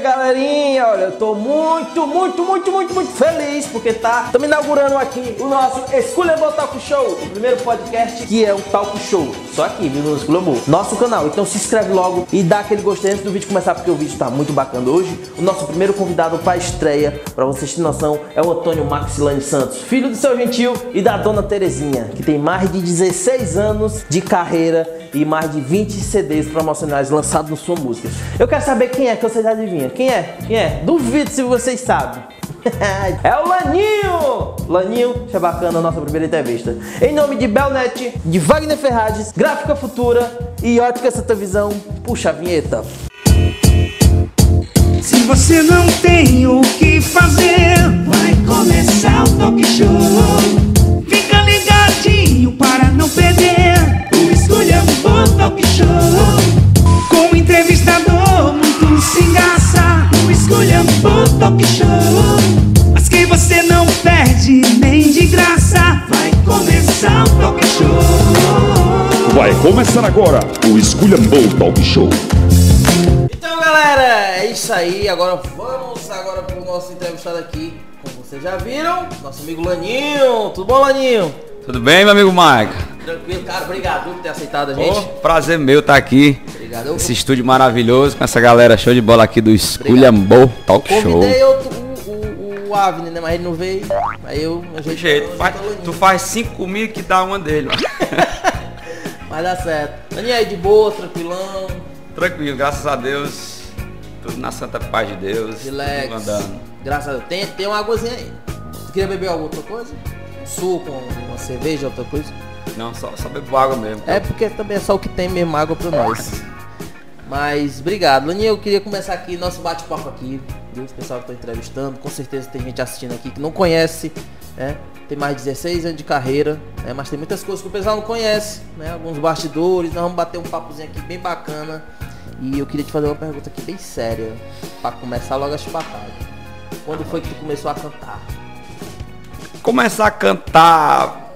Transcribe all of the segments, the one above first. galerinha, olha, eu tô muito, muito, muito, muito, muito feliz porque tá, estamos inaugurando aqui o nosso Esculhambou Talk Show, o primeiro podcast que é um talk show, só aqui, viu, no Esculhambou, nosso canal. Então se inscreve logo e dá aquele gostei antes do vídeo começar porque o vídeo tá muito bacana hoje. O nosso primeiro convidado pra estreia, pra vocês terem noção, é o Antônio Maxilane Santos, filho do seu gentil e da dona Terezinha, que tem mais de 16 anos de carreira e mais de 20 CDs promocionais lançados na sua música. Eu quero saber quem é que vocês adivinham. Quem é? Quem é? Duvido se vocês sabem. é o Laninho! Laninho, isso é bacana a nossa primeira entrevista. Em nome de Belnet, de Wagner Ferrages, Gráfica Futura e Ótica Santa Visão, puxa a vinheta. Se você não tem o que fazer, vai começar o talk show. Fica ligadinho para não perder o Escolha um Talk Show. Com um entrevistador muito sem graça, o Escolha um Talk Show. Mas que você não perde nem de graça, vai começar o talk show. Vai começar agora o Esculhambou Talk Show. Então, galera, é isso aí. Agora vamos agora pro nosso entrevistado aqui. Como vocês já viram, nosso amigo Laninho. Tudo bom, Laninho? Tudo bem, meu amigo Maico? Tranquilo, cara. Obrigado por ter aceitado a Pô, gente. prazer meu estar aqui. Obrigado. Eu Esse estúdio maravilhoso com essa galera show de bola aqui do Esculhambou Talk Show. convidei outro, o, o, o Avni, né? Mas ele não veio. Aí eu... Então, a gente- eu- eu- eu- faz cinco comigo que dá uma dele. Mas dá certo. Laninho aí de boa, tranquilão. Tranquilo, graças a Deus. Tudo na santa paz de Deus. Relax. Graças a Deus. Tem, tem uma águazinha aí. Tu queria beber alguma outra coisa? Um suco, um- uma cerveja, outra coisa? Não, só, só bebo água mesmo. É porque também é só o que tem mesmo água pra nós. Mas obrigado. Laninha, eu queria começar aqui nosso bate-papo aqui. Viu? O pessoal que eu tô entrevistando. Com certeza tem gente assistindo aqui que não conhece, né? Tem mais de 16 anos de carreira, né? Mas tem muitas coisas que o pessoal não conhece, né? Alguns bastidores, nós vamos bater um papozinho aqui bem bacana. E eu queria te fazer uma pergunta aqui bem séria, pra começar logo a chupatada. Quando foi que tu começou a cantar? Começar a cantar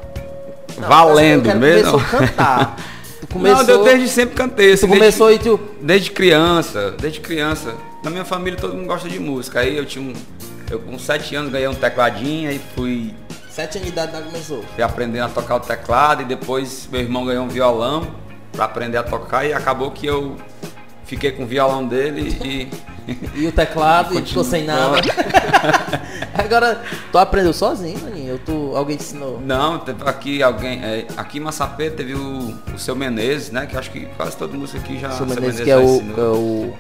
Não, valendo eu quero- eu quero mesmo. Começou a cantar. Tu Não, começou, eu desde sempre cantei. assim, tu desde- começou e tu... Desde criança, desde criança. Na minha família todo mundo gosta de música. Aí eu tinha um. Eu com 7 anos ganhei um tecladinho e fui, Sete anos de idade já começou. fui aprendendo a tocar o teclado e depois meu irmão ganhou um violão pra aprender a tocar e acabou que eu fiquei com o violão dele e. E o teclado, e ficou Continua. sem nada. Agora, tu aprendeu sozinho, Maninho? Ou tu, alguém te ensinou? Não, teve aqui alguém. é, aqui em Massapê teve o, o seu Menezes, né? Que acho que quase todo músico aqui seu já. Ah, Seu Menezes, Menezes que é já o, ensinou. que é o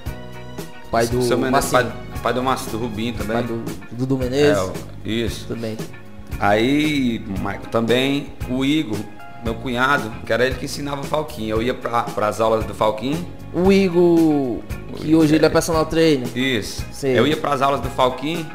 pai do Seu Menezes, Marcinho, pai, pai do Márcio do Rubim também. pai do Dudu É, Menezes. o- isso. Também. Aí, Michael, também o Igor, meu cunhado, que era ele que ensinava o Falquinho. Eu ia para as aulas do Falquinho. O Igor, que hoje ele é personal trainer. Isso. Sei. Eu ia para as aulas do Falquinho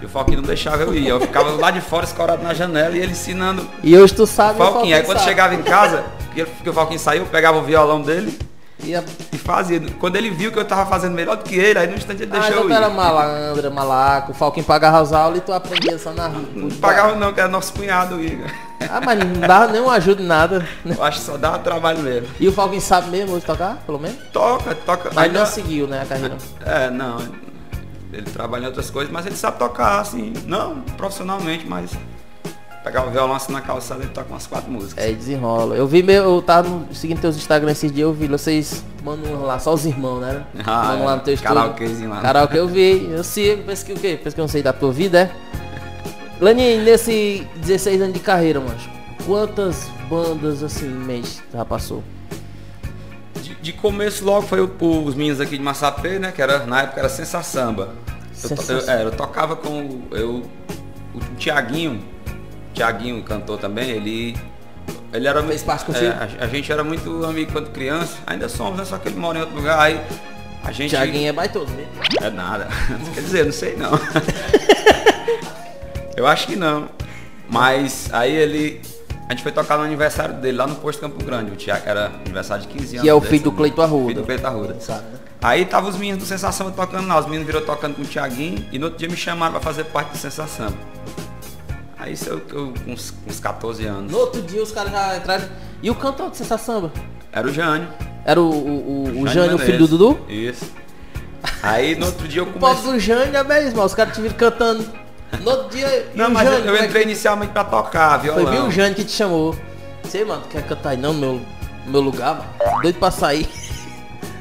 e o Falquinho não deixava eu ir. Eu ficava lá de fora escorado na janela e ele ensinando E hoje tu o sabe o Falquinho. Aí quando sabe. chegava em casa, que ele- que o Falquinho saiu, eu pegava o violão dele E a... e fazia. Quando ele viu que eu tava fazendo melhor do que ele, aí no instante ele Ah, deixou então eu tu era ir. malandra, malaco, o Falquinho pagava as aulas e tu aprendia só na rua. Não pagava não, que era nosso cunhado, o Igor. Ah, mas não dava nenhum ajuda em nada. Eu acho que só dava trabalho mesmo. E o Falquinho sabe mesmo hoje tocar, pelo menos? Toca, toca. Mas ainda- não seguiu, né, a carreira. É, não. Ele trabalha em outras coisas, mas ele sabe tocar, assim, não profissionalmente, mas pegar o violão assim na calçada ele toca umas quatro músicas. É, desenrola. Eu vi meu, eu tava no- seguindo teus Instagram esses dias, eu vi vocês mandam lá, só os irmãos, né? Ah, mandam lá no teu estúdio. karaokezinho lá. Karaokê eu vi, eu sigo, pensa que o quê? Pensa que eu não sei da tua vida, é? Lani, nesse 16 anos de carreira, mano, quantas bandas assim em mente tu já passou? De, de começo logo foi o- o- os meninos aqui de Massapê, né? Que era, na época era Sensa Samba. Eu, to- Sensa eu- é, eu tocava com o- eu, o Tiaguinho, Tiaguinho cantor também, ele. Ele era Fez muito- parte é, contigo? a, a gente era muito amigo quando criança, ainda somos, né? Só que ele mora em outro lugar, aí a gente. Tiaguinho é baitoso, né? É nada. Quer dizer, não sei não. Eu acho que não. Mas aí ele. A gente foi tocar no aniversário dele lá no posto Campo Grande. O Tiago era aniversário de 15 anos. Que é o dele, filho do né? Cleito Arruda. Filho do Cleito Arruda. Sabe, né? Aí tava os meninos do Sensação tocando lá. Os meninos virou tocando com o Tiaguinho e no outro dia me chamaram pra fazer parte do Sensação. Aí isso eu, eu com uns, uns 14 anos. No outro dia os caras já entraram. E o cantor de Sessa Samba? Era o Jânio. Era o, o, o, o Jânio, o filho do Menezes. Dudu? Isso. Aí no outro dia eu O povo comecei. do Jânio é mesmo, ó, os caras te viram cantando. No outro dia. e Não, o mas Jânio, eu- eu como é que- entrei inicialmente pra tocar, Foi bem violão. o Jânio que te chamou. Sei, mano, tu quer cantar aí não no meu, no meu lugar, mano? Doido pra sair.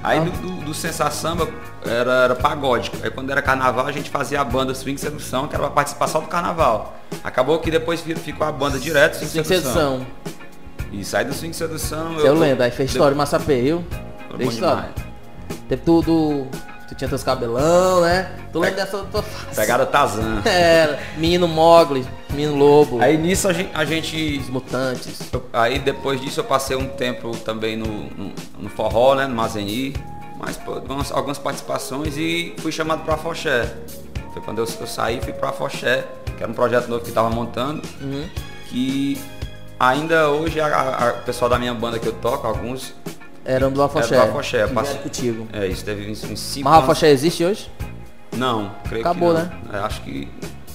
Aí Ah. do, do, do Sensa Samba era, era pagode. Aí quando era carnaval a gente fazia a banda Swing Sedução, que era pra participar só do carnaval. Acabou que depois fi- ficou a banda direto Swing, Sem Sedução. sedução. Isso, aí do Swing Sedução Eu lembro, aí fez história, Massapê, viu? Foi Fez bom história. demais. Teve tu do. Tu tinha teus cabelão, né? Tu lembra dessa tua face? Pegada Tazan. É, menino Mogli, menino lobo, Aí nisso a gen- a gente. os mutantes. eu- aí depois disso eu passei um tempo também no, no, no forró, né? No Mazeni. Mas pô, umas- algumas participações e fui chamado pra Foché. Foi quando eu, eu saí fui pra Foché, que era um projeto novo que tava montando. Uhum. Que ainda hoje a- a- a- o pessoal da minha banda que eu toco, alguns. é Eram do Afoxé. Era do Afoxé, Que passa- vieram contigo. É, isso teve uns, uns cinco Mas o anos. Afoxé existe hoje? Não, creio Acabou, que não. né? É, acho que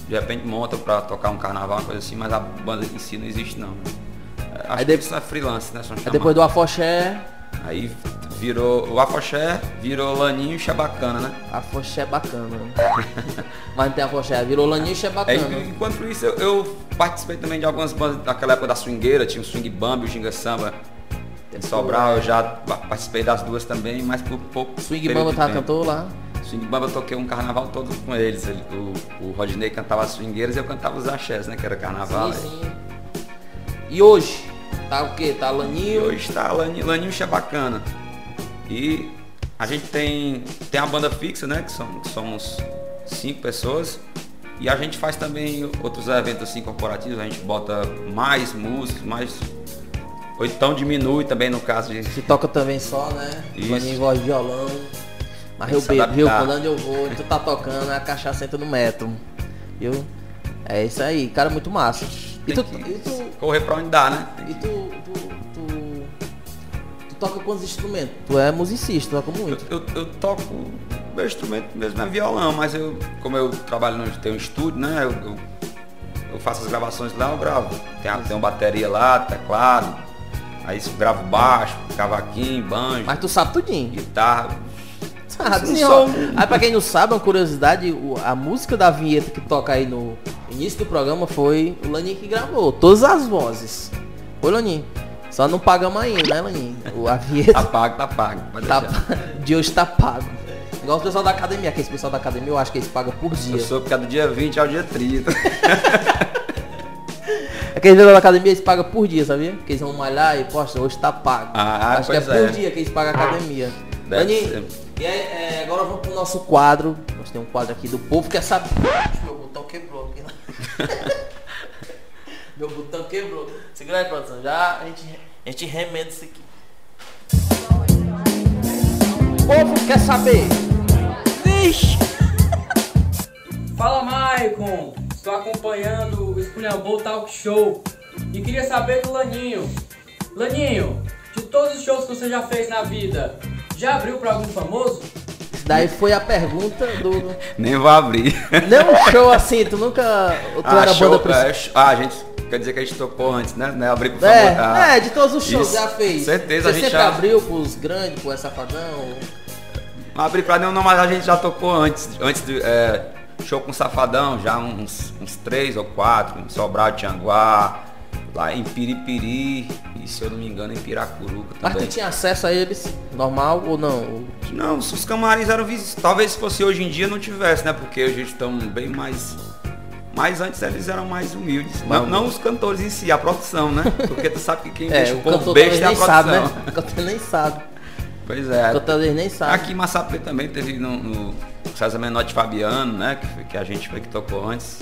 de repente monta pra tocar um carnaval, uma coisa assim, mas a banda em si não existe não. É, Acho Aí aí de- que isso é freelance, né? São Aí depois do Afoxé, Aí virou o Afoxé, virou Laninho e Xabacana, né? Afoxé é bacana. né? Mas não tem Afoxé, virou Laninho é Aí, bacana. enquanto isso, eu, eu participei também de algumas bandas daquela época da swingueira, tinha o Swing Bambi, o Ginga Samba. Em Sobral, eu já pa- participei das duas também, mas por pouco. é. Swing período Bamba de tá, tempo. cantou lá. Swing Bamba eu toquei um carnaval todo com eles. Ele- O, o Rodinei cantava as swingueiras e eu cantava os axés, né? Que era carnaval. Sim, sim. E hoje? Tá o quê? Tá E Laninho? hoje está Laninho, Laninho Chabacana. é E a gente tem, tem a banda fixa, né? Que, são, que somos cinco pessoas. E a gente faz também outros eventos assim corporativos, a gente bota mais músicos, mais. Ou então diminui também no caso de. Que toca também só, né? Isso. Laninho voz de violão. Mas Tem eu que se bebo, viu? adaptar. Quando onde eu vou, tu tá tocando, a cachaça entra no metro. Viu? É isso aí, cara, muito massa. E Tem tu, que e tu, correr pra onde dá, né? E tu, tu, tu, tu toca quantos instrumentos? Tu é musicista, toca Eu, muito. eu, eu toco meu instrumento mesmo é violão, mas eu, como eu trabalho no tenho um estúdio, né? Eu, eu, eu faço as gravações lá, eu gravo. Tem, a- tem uma bateria lá, teclado, aí isso, gravo baixo, cavaquinho, banjo, Mas tu sabe tudinho. guitarra. Sabe, Sim, Ah, senhor. só- Aí pra quem não sabe, uma curiosidade, o- a música da vinheta que toca aí no início do programa foi o Laninho que gravou. Todas as vozes. Foi Laninho. Só não pagamos ainda, né, Laninho? O- A Tá vinheta pago, tá pago. pode tá, deixar. de hoje tá pago. Igual o pessoal da academia, que esse pessoal da academia eu acho que eles pagam por dia. Eu sou porque é do dia 20 ao dia 30. Aqueles da academia eles pagam por dia, sabia? Porque eles vão malhar e posta, hoje tá pago. Ah, Acho que é pois por é. dia que eles pagam a academia. Deve Dani, ser. e aí, é, agora vamos pro nosso quadro. Nós temos um quadro aqui do povo quer saber. Acho que Meu botão quebrou aqui. né? Meu botão quebrou. Segura aí, produção. Já a gente, a gente remenda isso aqui. O povo quer saber. Vixe! Fala Maicon, estou acompanhando o Esculhambou Talk Show e queria saber do Laninho. Laninho, de todos os shows que você já fez na vida, já abriu para algum famoso? Daí foi a pergunta do. do- Nem vou abrir. Não um show assim, tu nunca. ou Tu era a show, banda principal. é, sh- ah, a gente quer dizer que a gente tocou antes, né? né? Abrir pro É, famoso. Ah, é, de todos os shows isso. já fez. Certeza, Você a gente sempre já. abriu pros grandes, pro Safadão. Não abri pra nenhum, não, mas a gente já tocou antes. Antes do é, show com Safadão, já uns, uns três ou quatro, em Sobral, Tianguá, lá em Piripiri, e se eu não me engano, em Piracuruca Mas tu também. tinha acesso a eles normal ou não? Não, os os camarins eram vis- Talvez se fosse hoje em dia não tivesse, né? Porque hoje eles estão bem mais. Mas antes eles eram mais humildes. Não, não os cantores em si, a produção, né? Porque tu sabe que quem É, deixa o o povo cantor talvez besta é a nem produção. sabe, né? O cantor nem sabe. Pois O é. cantor talvez nem Tá. sabe. Aqui em Massapê também teve no, no César Menotti Fabiano, né? Que, foi- que a gente foi que tocou antes.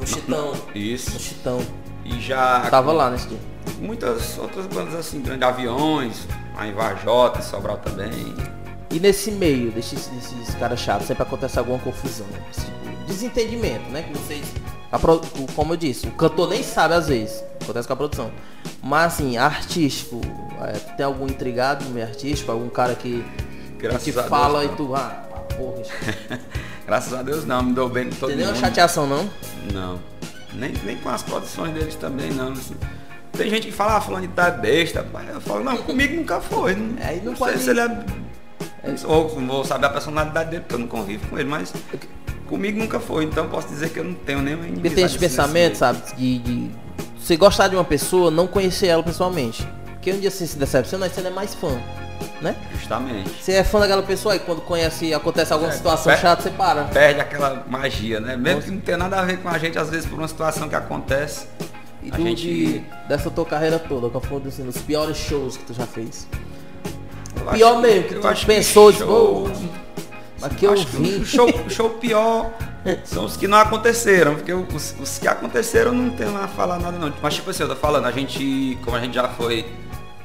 No Chitão. No Isso. Chitão. E já. Tava lá né, nesse dia. Muitas outras bandas assim, grandes aviões, lá em Varjota, em Sobral também. E nesse meio desses, desses caras chatos, sempre acontece alguma confusão. né? Tipo, desentendimento, né? Que vocês. a pro- o- como eu disse, o cantor nem sabe às vezes. Acontece com a produção. Mas assim, artístico. é, tem algum intrigado no meio artístico? Algum cara que, que Graças te a Deus, fala e não. tu. Ah, porra. Graças a Deus não, me dou bem com todo Tem nenhuma mundo. chateação não? Não. Nem, nem com as produções deles também não. assim. Tem gente que fala, ah, fulano de tal é besta. Mas eu falo, não, comigo nunca foi. Não, É, e não sei pode- se ele é Ou vou saber a personalidade dele, porque eu não convivo com ele, mas comigo nunca foi, então posso dizer que eu não tenho nenhuma Porque tem inimizade esse assim, pensamento, assim. sabe? De, de você gostar de uma pessoa, não conhecer ela pessoalmente. Porque um dia você se decepciona, aí você não é mais fã, né? Justamente. Você é fã daquela pessoa e quando conhece, acontece alguma É, situação é. chata, você para. Perde aquela magia, né? Mesmo que não tenha nada a ver com a gente, às vezes por uma situação que acontece, E a do, de- gente. dessa tua carreira toda, qual foi assim, os piores shows que tu já fez? eu pior acho- mesmo, que eu tu acho pensou, disse, show- "Pô, aqui eu acho que vim." o show, o show pior são os que não aconteceram, porque os, os que aconteceram não tem lá a falar nada não. Mas tipo assim, eu tô falando, a gente, como a gente já foi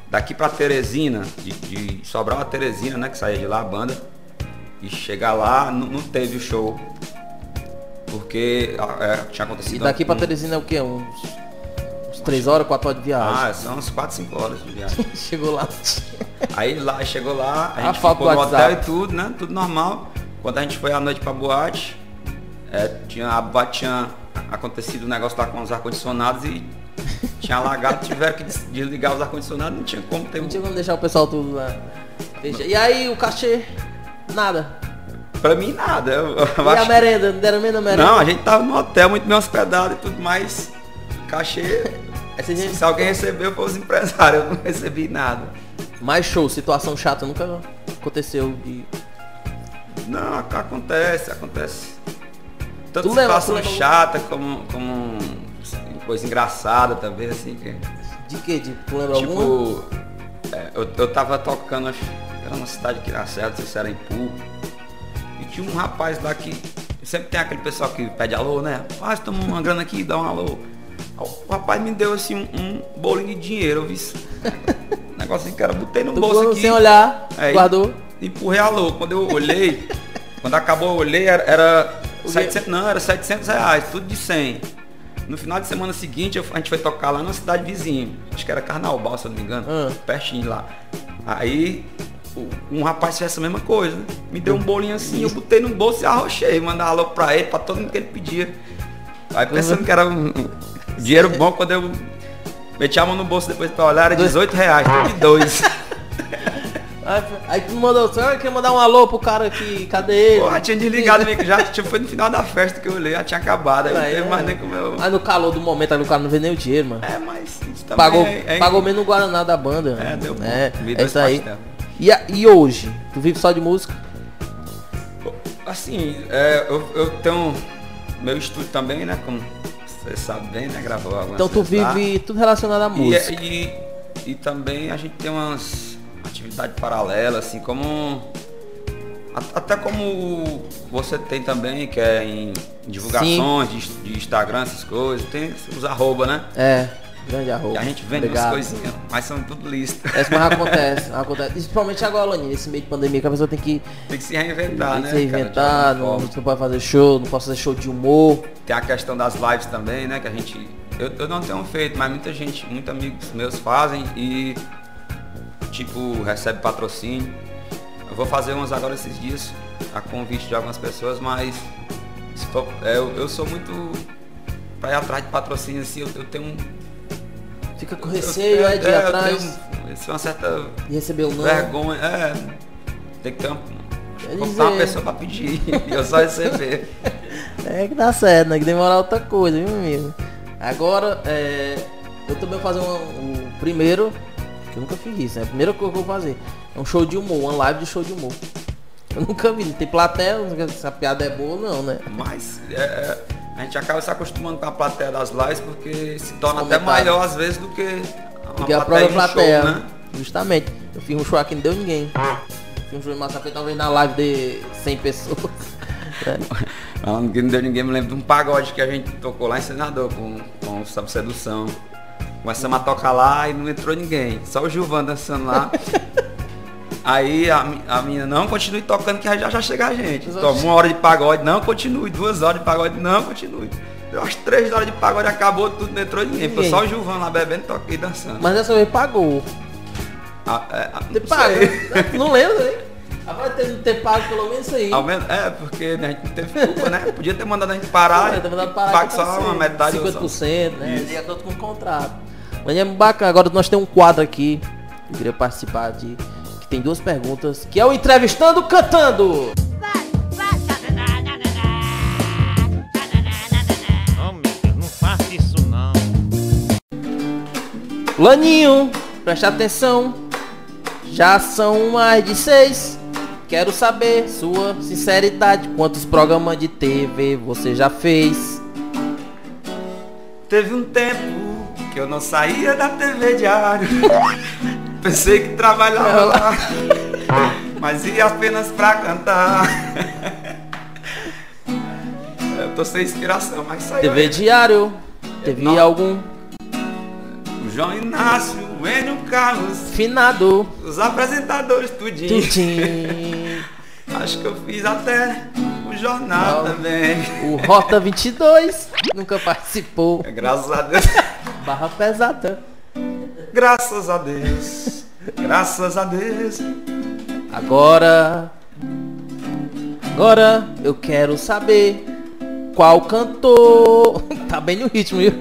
daqui pra Teresina, de, de Sobral a Teresina, né, que saía de lá a banda, e chegar lá, não, não teve o show. Porque ah, é, tinha acontecido... E daqui pra um- Teresina é o quê? Uns, uns 3 horas, 4 horas de viagem. Ah, são umas 4, 5 horas de viagem. Chegou lá. Aí lá, chegou lá, a A gente foto ficou do no WhatsApp. hotel e tudo, né? Tudo normal. Quando a gente foi à noite pra boate, é, tinha, a boate tinha acontecido o negócio lá com os ar-condicionados e tinha alagado, tiveram que des- desligar os ar-condicionados, não tinha como ter um. Não tinha como deixar o pessoal tudo lá. Deixa- E aí, o cachê? Nada. Pra mim nada. Eu, eu E a né? acho que- merenda? Não deram nem na merenda? Não, a gente tava no hotel muito bem hospedado e tudo mais. Cachê. Essa gente- Se alguém recebeu foi os empresários, eu não recebi nada. Mas show, situação chata nunca aconteceu de. Não, ac- acontece, acontece. Tanto Tu lembra- tu situação lembra- chata como, como assim, coisa engraçada também, assim. que- De quê? De, tu lembra alguma? tipo, é, eu, eu tava tocando, acho que era uma cidade que dá certo, não sei se era em Pú. E tinha um rapaz lá que sempre tem aquele pessoal que pede alô, né? Faz, toma uma grana aqui, dá um alô. Aí O rapaz me deu assim um, um bolinho de dinheiro, eu vi isso. Negócio assim, cara, botei no Tu bolso guardou aqui. sem olhar, Aí, guardou. É, Empurrei a louca. Quando eu olhei, quando acabou, eu olhei, era, era O 700, não, era 700 reais, tudo de 100. No final de semana seguinte, eu- a gente foi tocar lá na cidade vizinha. Acho que era Carnaubal, se eu não me engano. Ah. Pertinho lá. Aí, o- um rapaz fez essa mesma coisa. né? Me deu um Hum. bolinho assim, eu botei no bolso e arrochei. Mandar alô pra ele, pra todo mundo que ele pedia. Aí Uhum. pensando que era um um dinheiro bom, quando eu meti a mão no bolso depois pra olhar, era 18 reais, tudo de dois. Ah, Aí, aí tu mandou, você quer mandar um alô pro cara aqui, cadê ele? Porra, tinha desligado mesmo, que já tipo, foi no final da festa que eu olhei, já tinha acabado, aí não Aí, teve é. mais nem como eu... Aí no calor do momento, aí o cara não vê nem o dinheiro, mano. É, mas isso também pagou, é, é... pagou menos o Guaraná da banda. É, deu bom. É, Me é deu isso esse aí. pastel. E, a- e hoje? Tu vive só de música? Assim, é, eu, eu tenho meu estúdio também, né, como você sabe bem, né, gravou algumas Então tu coisas lá. vive tudo relacionado à E, música. e, e também a gente tem umas atividades paralelas, assim, como. a- Até como você tem também, que é em divulgações de, de Instagram, essas coisas, tem os arroba, né? É, grande arroba. E a gente vende umas Obrigado. coisinhas, mas são tudo lista. É, mas acontece, acontece. Principalmente agora, Laninha, nesse meio de pandemia, que a pessoa tem que Tem que se reinventar, né? se cara, de reinventar, alguma não, forma. você não pode fazer show, não posso fazer show de humor. Tem a questão das lives também, né? Que a gente. Eu, eu não tenho feito, mas muita gente, muitos amigos meus fazem e tipo, recebe patrocínio. Eu vou fazer umas agora esses dias, a convite de algumas pessoas, mas se for- é, eu, eu sou muito pra ir atrás de patrocínio assim, eu, eu tenho um. Fica com eu- receio, eu- né, de ir é, eu atrás, tenho um- isso é uma certa de receber um o não. vergonha. É. Tem que ter uma. Quer Comprar uma dizer. pessoa pra pedir. e eu só receber. É que dá certo, né? Que demorar outra coisa, viu, amigo? Agora, é, eu também vou fazer um, o primeiro, que eu nunca fiz isso, né? A primeira coisa que eu vou fazer é um show de humor, uma live de show de humor. Eu nunca vi, não tem plateia, não sei se a piada é boa ou não, né? Mas é, é, a gente acaba se acostumando com a plateia das lives porque se torna até Comentário. maior às vezes do que uma Porque é plateia a própria de um plateia, show, né? Ah. justamente. Eu fiz um show aqui, não deu ninguém. Fiz um show em Massapê, talvez na live de 100 pessoas. Falando que não deu ninguém, me lembro de um pagode que a gente tocou lá em Senador com, com o Samba Sedução. Começamos a tocar lá e não entrou ninguém, só o Gilvan dançando lá. Aí a, mi- a menina, não, continue tocando que já já chega a gente. Toma uma hora de pagode, não, continue. Duas horas de pagode, não, continue. Deu umas três horas de pagode, acabou tudo, não entrou ninguém. Foi Ninguém. só o Gilvan lá bebendo toca- e dançando. Mas dessa vez pagou. Ah, é, ah, Você não paga? sei. Não lembro, hein? Agora tem ter pago pelo menos isso aí. Ao menos, é, porque né, a gente não teve culpa, né? Podia ter mandado a gente parar, É, tá mandado parar paga aqui só pra uma você, metade ou só. 50%, né? Isso. De acordo com é o contrato. Mas é bacana. Agora nós temos um quadro aqui. Eu queria participar de. que tem duas perguntas, que é o entrevistando cantando. Não, meu Deus, não faça isso não. Laninho, preste atenção. Já são mais de seis. Quero saber sua sinceridade. Quantos programas de TV você já fez? Teve um tempo que eu não saía da TV diário. Pensei que trabalhava lá, mas ia apenas pra cantar. Eu tô sem inspiração, mas saiu. TV diário? Teve Não. algum O João Inácio, o Enio Carlos, finado? os apresentadores, tudinho. Tintim. Acho que eu fiz até o jornal Não. também. O Rota 22 nunca participou. Graças a Deus. Barra pesada. Graças a Deus. Graças a Deus. Agora. Agora eu quero saber qual cantor. Tá bem no ritmo, viu?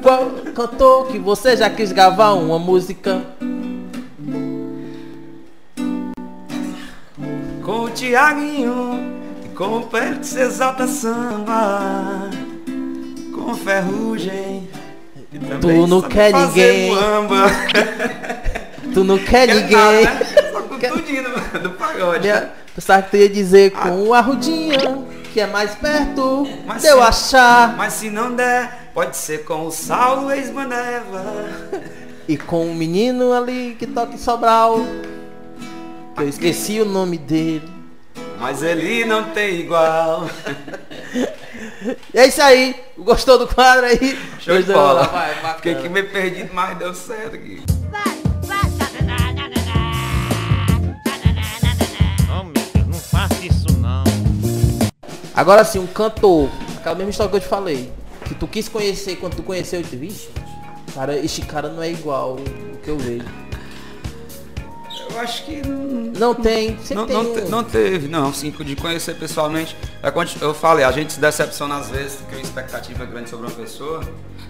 Qual cantor que você já quis gravar uma música? Com o Tiaguinho e com o Pérez Exalta Samba. Com ferrugem. e também Tu não sabe quer fazer ninguém. muamba. Tu não quer Quer ninguém. nada, né? Só com Quer- tudinho do, do pagode. Minha- Pensava que tu ia dizer com a Rudinha, que é mais perto. Ah. Mas de eu sim. achar. Mas se não der, pode ser com o Saulo ex-Maneva. E com um menino ali que toca em Sobral. Que eu esqueci o nome dele. Mas ele não tem igual. E é isso aí. Gostou do quadro aí? Show de Gostou? bola. Vai, bacana. Fiquei aqui meio perdido, mas deu certo aqui. Não, meu Deus, não faça isso não. Agora sim, um cantor. Aquela mesma história que eu te falei. Que tu quis conhecer quando tu conheceu, eu te vixe. Cara, este cara não é igual o que eu vejo. Eu acho que não, Não tem. Sempre não, tem não, um. te- não teve, não. Assim, de conhecer pessoalmente. É quando Eu falei, a gente se decepciona às vezes, cria uma expectativa é grande sobre uma pessoa.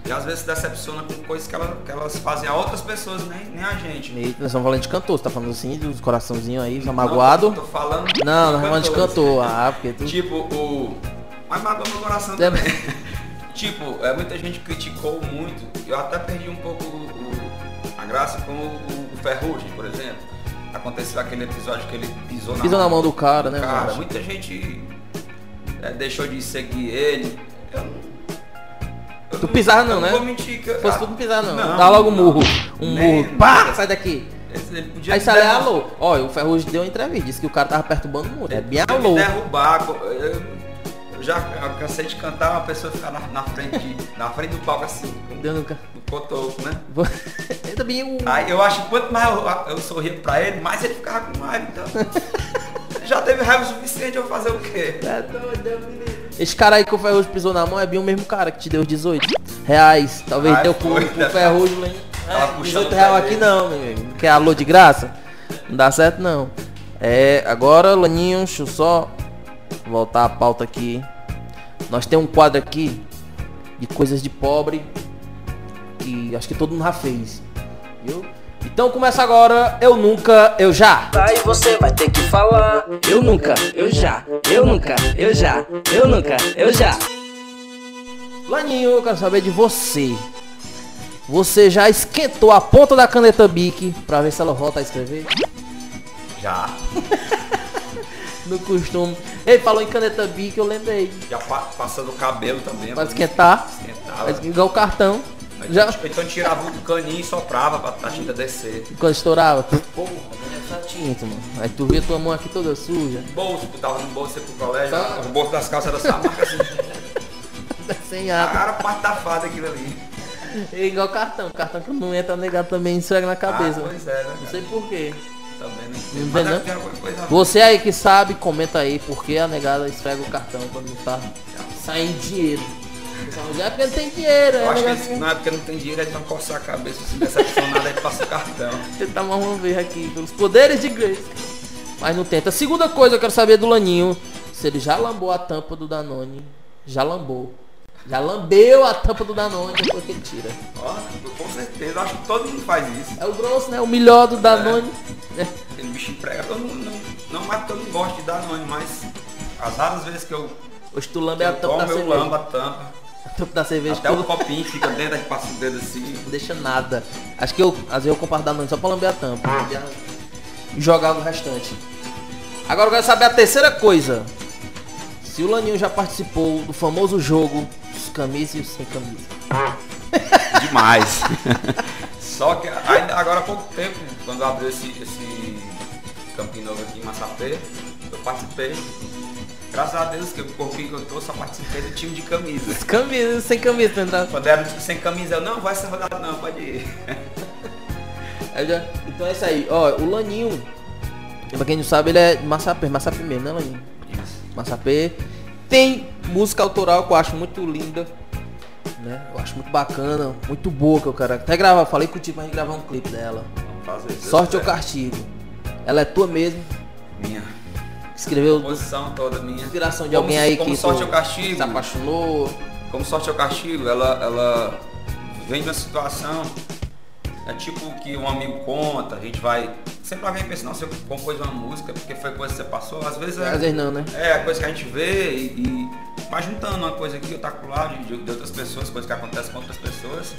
E às vezes se decepciona com coisas que, ela- que elas fazem a outras pessoas, nem, nem a gente. Eita, Nós estamos falando de cantor, você tá falando assim, dos coraçãozinhos aí, tá Não, magoado. Tô falando. Não, nós falamos de cantor. Ah, porque tu. Tipo, o. Mas magoou meu coração Também. também. tipo, é, muita gente criticou muito. Eu até perdi um pouco o- o- a graça com o, o Ferrugem, por exemplo. Aconteceu aquele episódio que ele pisou na, Pisou na mão do cara, né? Cara, macho? muita gente é, deixou de seguir ele. Eu não. eu Tu pisar não, eu né? Vou mentir, que eu- Se fosse ah, tu não pisar não. Dá logo um não. Né? Ah! murro. Um Nem- murro. Pá! Sai daqui. Esse- Ele podia Aí me sai derrubar. alô. Olha, o Ferrugem deu uma entrevista, disse que o cara tava perturbando muito. É bem Eu me alô. derrubar. co- Eu, eu já eu cansei de cantar uma pessoa ficar na, na frente, de- na frente do palco assim, com- Deu no ca- um. no cotoco, né? Eu também o. Aí eu acho que quanto mais eu, eu sorria pra ele, mais ele ficava com raiva, então. já teve raiva suficiente eu fazer o quê? É doido, Deus me livre. Esse cara aí que o Ferrugem pisou na mão é bem o mesmo cara que te deu os 18 reais. Talvez Ai, deu pro, foi, pro né? Ferrugem. né? Tava Ah, puxando 18 o real pé aqui dele. não, meu amigo. Quer alô de graça? Não dá certo não. É, agora, Laninho, deixa eu só voltar a pauta aqui. Nós temos um quadro aqui de coisas de pobre que acho que todo mundo já fez. Viu? Então começa agora, eu nunca, eu já. Aí você vai ter que falar. Eu nunca, eu já, eu nunca, eu já, eu nunca, eu já. Laninho, eu quero saber de você. Você já esquentou a ponta da caneta Bic pra ver se ela volta a escrever? Já. No costume. Ele falou em caneta Bic, eu lembrei. Já pa- passando o cabelo também. Pra esquentar, Esquentava. pra esquentar o cartão. Aí, Já Então, então tirava o caninho e soprava pra a tinta descer. Tipo quando estourava. Porra, olha essa tinta, mano. Aí tu via tua mão aqui toda suja. Bolso, botava no bolso ia pro colégio, Tá. o bolso das calças era essa marca assim. Sem água. Cara, partafada aquilo ali. É igual cartão. Cartão que não entra negado também esfrega na cabeça. Ah, né? pois é, né? Não sei porquê. cara? Também não Não né? entendo. tem, Mas não? deve ter alguma coisa a ver. Você aí que sabe, comenta aí porque a negada esfrega o cartão quando não tá saindo dinheiro. Pessoal, Já porque não tem dinheiro, Eu é acho que negócio eles, na época não tem dinheiro, eles vão coçar a cabeça, se decepcionar, aí passa o cartão. Você tá mais uma vez aqui pelos poderes de Grace. Mas não tenta. Segunda coisa, eu quero saber do Laninho. Se ele já lambou a tampa do Danone. Já lambou. Já lambeu a tampa do Danone depois que ele tira. Ó, eu com certeza, eu acho que todo mundo faz isso. É. É o grosso, né? O melhor do Danone. né? aquele bicho empregado, eu não, não, não mais porque eu não gosto de dar anônimo, mas as raras vezes que eu, Hoje tu lambe a eu tampa assim da tomo, eu cerveja. lambo a tampa. A tampa da cerveja Até o tu copinho fica dentro, a gente passa o dedo assim. não deixa nada. Acho que eu, às vezes eu comparo da noite só pra lamber a tampa. E jogava o restante. Agora eu quero saber a terceira coisa. Se o Laninho já participou do famoso jogo dos camisa e os sem camisa. Demais. Só que ainda agora há pouco tempo, quando abriu esse, esse campinho novo aqui em Massapê, eu participei. Graças a Deus que o corpinho que eu tô só participei do time de camisa. Camisa e os sem camisa, né? tu entra- Quando era tipo sem camisa, eu não, vai essa rodada não, pode ir. Aí já- Então é isso aí, ó, o Laninho, pra quem não sabe, ele é de Massapê, Massapê mesmo, né Laninho? Massapê. Tem música autoral que eu acho muito linda, né? Eu acho muito bacana, muito boa que eu quero até gravar, falei contigo pra gente gravar um clipe dela. Fazer, Deus Sorte ou quiser. castigo. Ela é tua mesmo, Minha escreveu posição toda minha. inspiração de Como- alguém aí como que sorte tu ou castigo. se apaixonou. Como sorte é o castigo, ela, ela vem de uma situação, é tipo que um amigo conta, a gente vai. Sempre alguém pensa, não, você compôs uma música, porque foi coisa que você passou, às vezes é. Às vezes não, né? É, a coisa que a gente vê e. e vai juntando uma coisa aqui, outra lá, de, de outras pessoas, coisa que acontece com outras pessoas,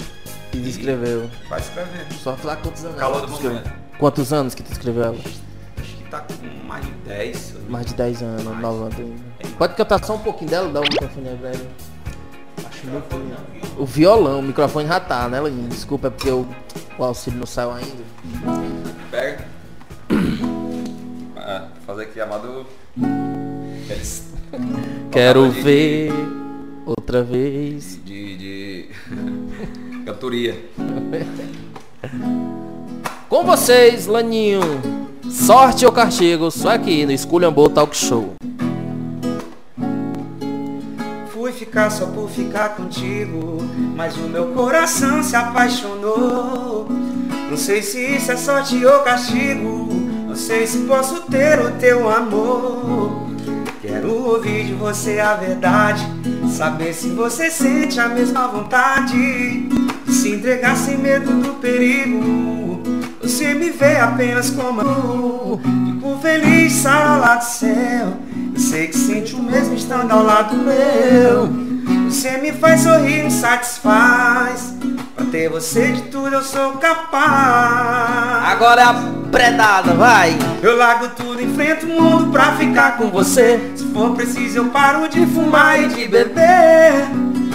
E escreveu. vai escrevendo. Só falar quantos anos. Calor do tu escreveu. momento. Quantos anos que tu escreveu ela? Acho que tá com mais de 10. eu não- Mais de 10 anos, Mais. 90 ainda. Pode cantar só um pouquinho dela, dá o microfone aí pra ela. Acho muito um lindo. O violão, o microfone já tá, né, Laninho? Desculpa, é porque o, o auxílio não saiu ainda. Pega. Ah, fazer aqui, amado. Eles- Quero Tocava de- ver outra vez. de, de cantoria. Com vocês, Laninho. Sorte ou castigo, só aqui no Esculhambou Talk Show. Fui ficar só por ficar contigo, mas o meu coração se apaixonou. Não sei se isso é sorte ou castigo, não sei se posso ter o teu amor. Quero ouvir de você a verdade, saber se você sente a mesma vontade. Se entregar sem medo do perigo, você me vê apenas como amor. Fico feliz, saio lá do céu. Eu sei que sente o mesmo estando ao lado meu. Você me faz sorrir, me satisfaz. Pra ter você de tudo eu sou capaz. Agora é a predada, vai! Eu largo tudo, enfrento o mundo pra ficar com você. Se for preciso, eu paro de fumar e de beber.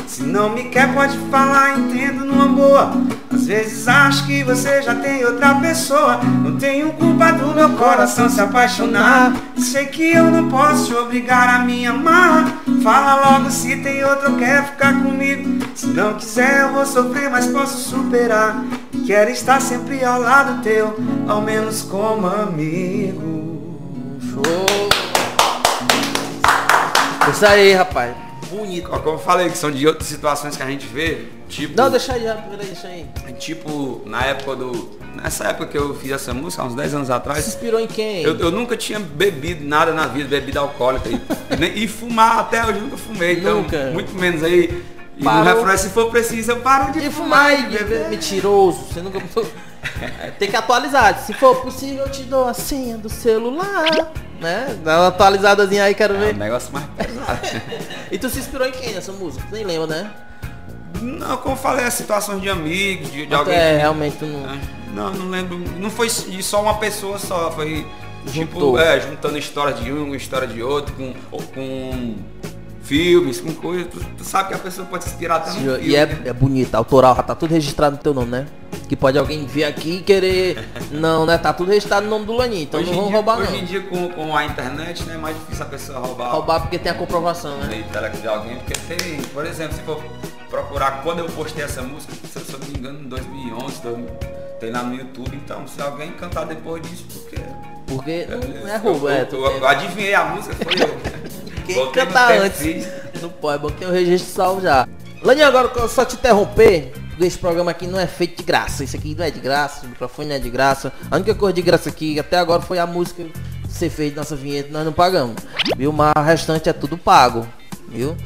Se não me quer, pode falar, entendo numa boa. Às vezes acho que você já tem outra pessoa. Não tenho culpa do meu coração se apaixonar. Sei que eu não posso te obrigar a me amar. Fala logo se tem outra, quer ficar comigo. Se não quiser, eu vou sofrer, mas posso superar. Quero estar sempre ao lado teu, ao menos como amigo. Show! Isso aí, rapaz. Bonito. Ó, Como eu falei, que são de outras situações que a gente vê, tipo. Não, deixa aí, rapaz, peraí, deixa aí. Tipo, na época do. Nessa época que eu fiz essa música, há uns 10 anos Se atrás, inspirou em quem? eu, eu nunca tinha bebido nada na vida, bebida alcoólica. E, e nem- e fumar até hoje eu nunca fumei, então. Nunca. Muito menos aí. E no Parou. refrão, é, se for preciso, eu paro de E fumar fumar e e beber. mentiroso, você nunca É, Tem que atualizar. Se for possível, eu te dou a senha do celular. Né? Dá uma atualizadazinha aí, quero É ver. um negócio mais pesado. E tu se inspirou em quem nessa música? Tu nem lembra, né? Não, como eu falei, é situações de amigos, de, de Tu alguém. é, que- realmente tu não. Né? Não, não lembro. Não foi de só uma pessoa só, foi Juntou. tipo, é, juntando história de um, história de outro, com, ou com filmes, com coisa. Tu, tu sabe que a pessoa pode se inspirar até num filme. E é, né? é bonito, autoral, já tá tudo registrado no teu nome, né? Que pode alguém vir aqui e querer. Não, né? Tá tudo registrado no nome do Laninho, então hoje não em vão dia, roubar Hoje em não. dia com, com a internet, né, é mais difícil a pessoa roubar, Roubar porque tem a comprovação, o né? intelecto de alguém, porque tem, por exemplo, se for procurar quando eu postei essa música, se eu se eu não me engano, em 2011, 2000, tem lá no YouTube, então se alguém cantar depois disso, porque... Porque não é eu- roubo, é. eu, tu eu tem- adivinhei a música, foi eu. né? Quem Voltei no cantar perfil. antes? Não pode, é bom que tem o registro salvo já. Laninho, agora eu só te interromper, porque esse programa aqui não é feito de graça. Isso aqui não é de graça, o microfone não é de graça. A única coisa de graça aqui até agora foi a música que você fez, nossa vinheta, nós não pagamos. Viu? Mas o restante é tudo pago, viu?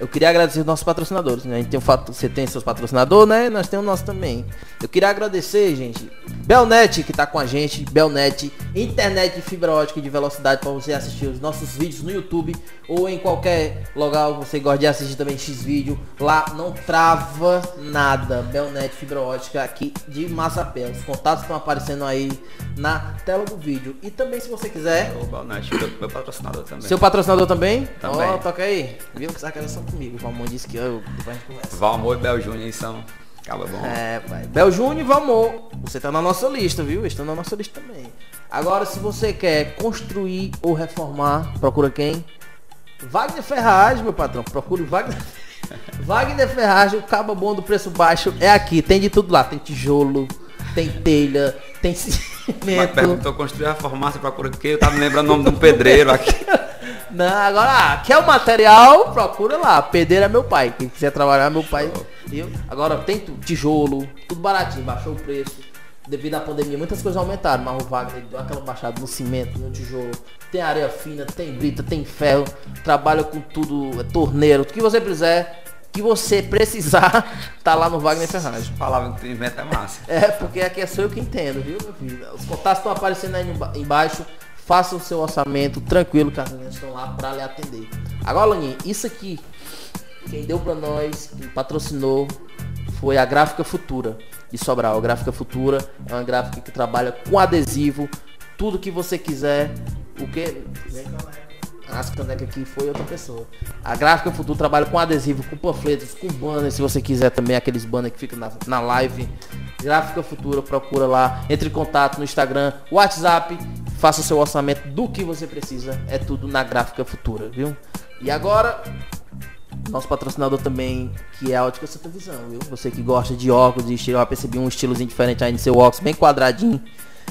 Eu queria agradecer os nossos patrocinadores, né? A gente tem o fato, você tem seus patrocinadores, né? Nós temos o nosso também. Eu queria agradecer, gente, Belnet que tá com a gente, Belnet, internet de fibra ótica de velocidade para você assistir os nossos vídeos no YouTube ou em qualquer lugar que você gosta de assistir também X vídeo. Lá não trava nada. Belnet fibra ótica aqui de Massapé. Os contatos estão aparecendo aí na tela do vídeo. E também se você quiser O Balnet, meu, meu patrocinador também. É. seu patrocinador também? Também. Ó, toca aí. Viu que sacanagem comigo. O Valmor disse que eu depois a gente conversa. Valmor e Bel Júnior aí são. Acaba bom. É, pai. Bel Júnior e Valmor. Você tá na nossa lista, viu? Estão na nossa lista também. Agora, se você quer construir ou reformar, procura quem? Wagner Ferraz, meu patrão. Procure Wagner. Wagner Ferraz, o cabo bom do preço baixo é aqui. Tem de tudo lá. Tem tijolo, tem telha, tem É, Mas cimento. perguntou construir a farmácia, procura o quê? Eu tava me lembrando o nome de um pedreiro aqui. Não, agora, ah, quer o material? Procura lá. Pedreiro é meu pai. Quem quiser trabalhar, meu pai. Viu? Agora tem tudo, tijolo, tudo baratinho, baixou o preço. Devido à pandemia, muitas coisas aumentaram, mas o Wagner deu aquela baixada no cimento, no tijolo. Tem areia fina, tem brita, tem ferro, trabalha com tudo, é torneiro, o que você quiser, que você precisar, tá lá no Wagner Ferragem. Palavra que tu inventa é massa. É, porque aqui é só eu que entendo, viu, meu filho? Os contatos estão aparecendo aí emba- embaixo. Faça o seu orçamento tranquilo, que as meninas estão lá para lhe atender. Agora, Laninha, isso aqui, quem deu para nós, quem patrocinou, foi a Gráfica Futura de Sobral. A Gráfica Futura é uma gráfica que trabalha com adesivo, tudo que você quiser. O que? As canecas é aqui foi outra pessoa. A Gráfica Futuro trabalha com adesivo, com panfletos, com banners, se você quiser também, aqueles banners que ficam na, na live. Gráfica Futura, procura lá, entre em contato no Instagram, WhatsApp, faça o seu orçamento do que você precisa. É tudo na Gráfica Futura, viu? E agora, nosso patrocinador também, que é a Ótica Santa Visão, viu? Você que gosta de óculos, de estilo, eu percebi um estilozinho diferente aí no seu óculos, bem quadradinho,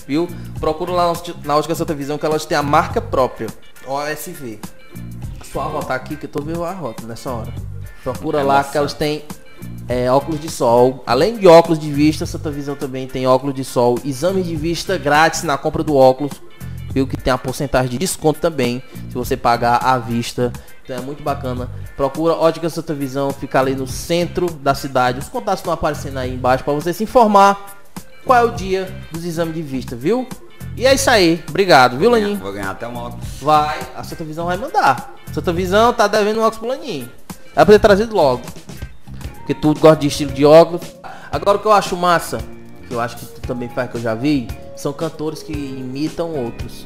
viu? Procura lá na- na Ótica Santa Visão, que elas têm a marca própria, OSV. Só arrotar aqui, que eu tô vendo a rota nessa hora. Procura lá, que elas têm é, óculos de sol. Além de óculos de vista, Santa Visão também tem óculos de sol. Exame de vista grátis na compra do óculos viu que tem a porcentagem de desconto também, se você pagar à vista. Então é muito bacana. Procura Ótica Santa Visão, fica ali no centro da cidade. Os contatos estão aparecendo aí embaixo para você se informar qual é o dia dos exames de vista, viu? E é isso aí. Obrigado, viu, Laninho? Vou ganhar até um óculos. Vai, a Santa Visão vai mandar. Santa Visão tá devendo um óculos pro Laninho. Ela pra ter trazido logo. Porque tu gosta de estilo de óculos. Agora o que eu acho massa, que eu acho que tu também faz, que eu já vi, são cantores que imitam outros.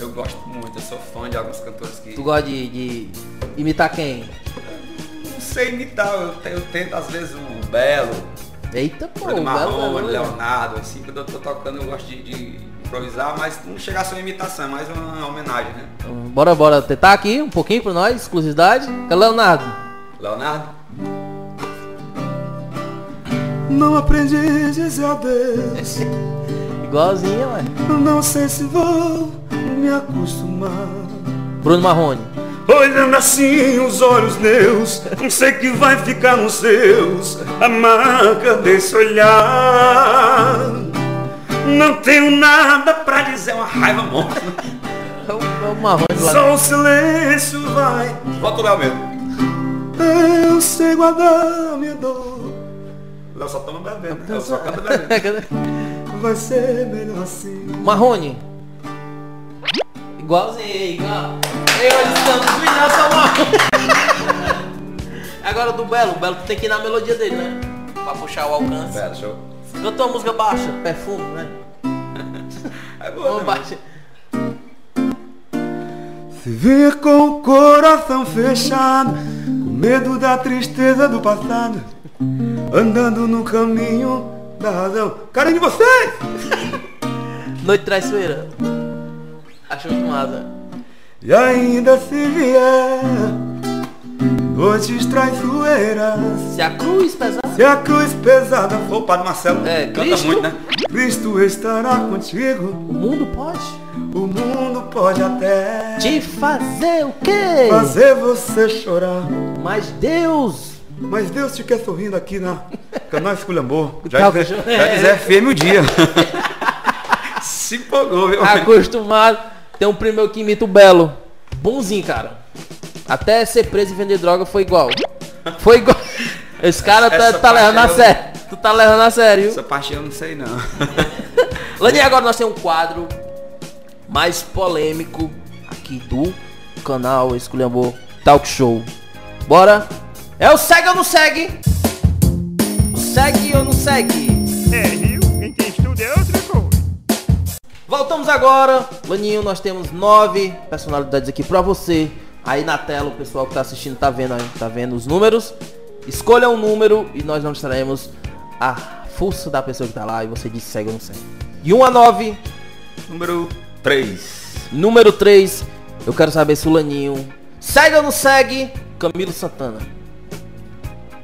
Eu gosto muito, eu sou fã de alguns cantores que. Tu gosta de, de imitar quem? Não sei imitar, eu, te- eu tento às vezes o Belo, Eita, pô, o Bruno Um Belo- Marrone, Belo- Leonardo, assim, quando eu tô tocando eu gosto de, de improvisar, mas não chega a ser uma imitação, é mais uma homenagem, né? Então, Bora, bora tentar aqui um pouquinho pra nós, exclusividade. Cadê o Leonardo? Leonardo? Não aprendi a dizer adeus. Igualzinho, ué. Não sei se vou me acostumar. Bruno Marrone. Olhando assim os olhos meus, não sei que vai ficar nos seus, a marca desse olhar. Não tenho nada pra dizer, uma raiva monstro. É o, é o Marrone lá. Só o silêncio vai. Volta o Léo mesmo. Eu sei guardar minha dor, Léo só toma bebendo, né? Eu só canto bebendo. vai ser melhor assim. Marrone. Igualzinho, igual. E hoje estamos finalizando São Marrone. Agora do Belo, o Belo tem que ir na melodia dele, né? Pra puxar o alcance. Belo, show. Cantou uma música baixa, É. perfume, né? É boa, Uma né? baixa. Se vir com o coração fechado, com medo da tristeza do passado, andando no caminho da razão. Carinho de vocês! Noite traiçoeira. é Achou muito massa. E ainda se vier noites traiçoeiras, Se a cruz pesar. se a cruz pesada for, Ô, Padre Marcelo, É, canta Cristo? muito, né? Cristo estará contigo. O mundo pode O mundo pode até te fazer o quê? fazer você chorar, Mas Deus. mas Deus te quer sorrindo aqui na canal Esculhambô. Já dizer, já é dizer FM o dia. É. Se empolgou, viu? Acostumado. Tem um primo meu que imita o Belo. Bonzinho, cara. Até ser preso e vender droga foi igual. Foi igual. Esse cara tá, Essa tá levando a parte é eu- sério. Tu tá levando a sério. Essa parte eu não sei não. Lani, agora nós temos um quadro mais polêmico aqui do canal Esculhambou Talk Show. Bora? É o segue ou não segue? Segue ou não segue? É, viu? Quem tem estudo é outra coisa. Voltamos agora. Laninho, nós temos nove personalidades aqui pra você. Aí na tela o pessoal que tá assistindo tá vendo, aí, tá vendo os números. Escolha um número e nós mostraremos a força da pessoa que tá lá e você diz segue ou não segue. De 1 a 9, Número 3. Número 3, eu quero saber se o Laninho segue ou não segue Camilo Santana.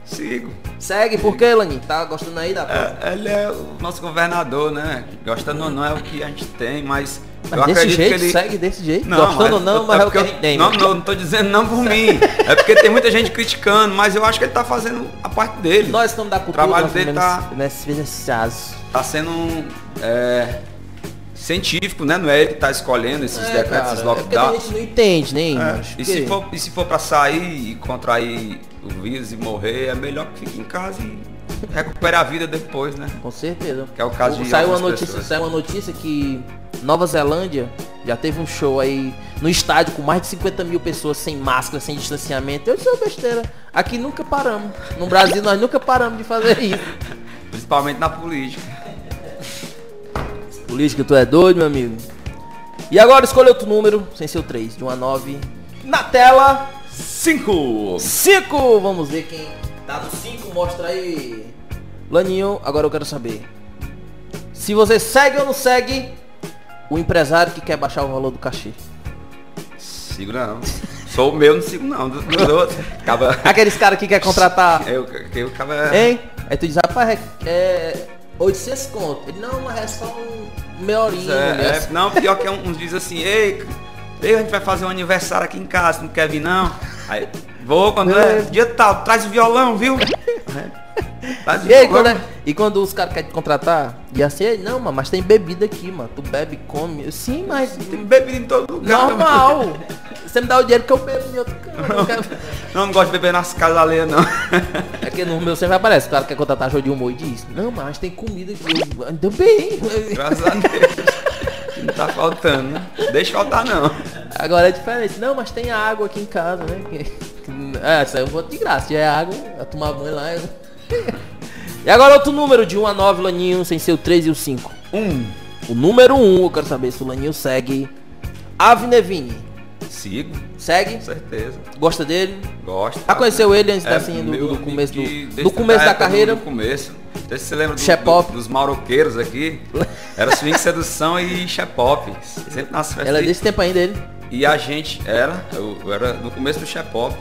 Sigo. Segue, por quê, Laninho? Tá gostando aí da coisa? É, ele é o nosso governador, né? Gostando ou não é o que a gente tem, mas. eu Mas desse acredito jeito, que ele... segue desse jeito. gostando ou não, mas é o porque que a eu- gente tem. Não, mano. não, não tô dizendo não por mim. É porque tem muita gente criticando, mas eu acho que ele tá fazendo a parte dele. Nós estamos da cultura, trabalho nós dele estamos tá- nesse, nesse caso. Tá sendo um, é, científico, né? Não é ele que tá escolhendo esses É, decretos, cara, esses é porque a lockdowns. gente não entende, né, nem. É, acho E que- se, for, e se for pra sair e contrair o vírus e morrer, é melhor que fique em casa e recuperar a vida depois, né? Com certeza. Que é o caso de saiu uma algumas notícia, pessoas. Saiu uma notícia que Nova Zelândia já teve um show aí no estádio com mais de 50 mil pessoas sem máscara, sem distanciamento. Eu disse "Ô, besteira. Aqui nunca paramos. No Brasil nós nunca paramos de fazer isso. Principalmente na política. Política, tu é doido, meu amigo. E agora escolha outro número, sem ser o 3, de 1 a 9. Na tela, 5! 5! Vamos ver quem tá no 5, mostra aí. Laninho, agora eu quero saber. Se você segue ou não segue o empresário que quer baixar o valor do cachê. Sigo não. Sou o meu, não sigo não. Dos, dos outros. Acaba. Aqueles caras que quer contratar. Eu, eu acaba. Hein? Aí tu diz, rapaz, é, é 800 conto. Ele, não, mas é só um meia horinha. né? É, é, não, pior que um- uns dizem assim, ei, ei, a gente vai fazer um aniversário aqui em casa, não quer vir não? Aí, vou quando é, dia tal, traz o violão, viu? É, Traz o E, aí, violão. quando é- e quando os caras querem te contratar, e assim, "Ei, não, mano, mas tem bebida aqui, mano. Tu bebe, come. Eu, Sim, mas Tem bebida em todo lugar. normal. Você me dá o dinheiro que eu bebo em outro canto. eu quero- Não, não gosto de beber nas casas alheias, não. É que no meu sempre aparece, o cara quer contratar show de humor e diz, não, mas tem comida aqui. Eu, Ainda bem. Graças a Deus. Não tá faltando, né? Deixa faltar não. Agora é diferente. Não, mas tem água aqui em casa, né? É, isso aí eu vou de graça. Já é água, a tomar banho lá. eu- e agora outro número de 1 a 9, Laninho, sem ser o 3 e o 5. Um. O número 1, eu quero saber se o Laninho segue. Avnevini. Sigo, Segue? com certeza. Gosta dele? Gosto. Já conheceu ele antes É, assim, do, meu do amigo começo do, que do desde começo da época, carreira? Do começo. Não sei se você lembra do- Xepop. do- dos mauroqueiros aqui. Era swing, sedução e xepop. Sempre nas festas. Ela é E- desse tempo ainda ele. E a gente era, eu, eu era no começo do xepop.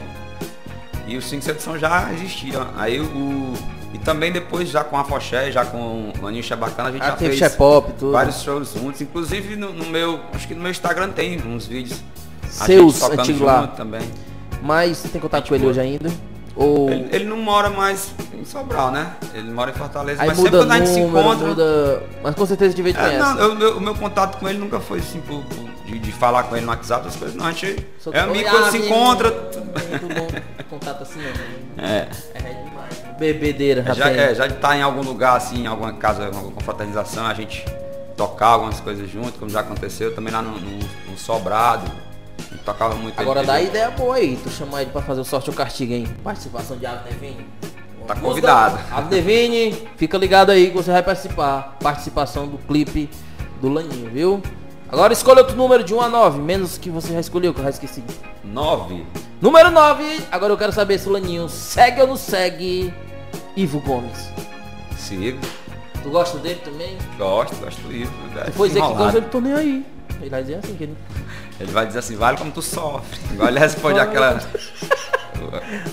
E o swing, sedução já existia. Aí o... E também depois já com a Foché, já com o Aninho Xebacana, a gente Ah, já teve fez Xepop, tudo. vários shows juntos. Inclusive no, no meu, acho que no meu Instagram tem uns vídeos. a gente Seus, tocando antigo lá. junto também. Mas tem contato com ele hoje ainda? Ou Ele, ele não mora mais em Sobral, né? Ele mora em Fortaleza, aí mas muda sempre quando a gente se número, encontra. muda... Mas com certeza de vez É, conhece. não, eu- meu- o meu contato com ele nunca foi assim por- por- de, de falar com ele no WhatsApp, as coisas. Não, a gente Só é que- amigo Oi, quando ah, se amigo. encontra. Muito bom contato assim, né? É. É demais. Bebedeira, Já, rapaz. é, já de estar em algum lugar, assim, em alguma casa, alguma confraternização, a gente tocar algumas coisas junto, como já aconteceu, também lá no, no- no Sobrado. a gente Tocava muito Agora né? ele, dá ele- ideia boa aí, tu chamar ele pra fazer o sorte ou castigo, hein? Participação de Avnevini. Tá convidado. Avnevini, fica ligado aí que você vai participar. Participação do clipe do Laninho, viu? Agora escolha outro número de 1 a 9, menos que você já escolheu, que eu já esqueci. Nove. Número 9, agora eu quero saber se o Laninho segue ou não segue Ivo Gomes. Sigo. Tu gosta dele também? Gosto, gosto do livro. é Depois dizer que desenrolado. gosta, eu não tô nem aí. Ele vai dizer assim, que ele... Ele vai dizer assim, vale como tu sofre. Igual ele responde aquela.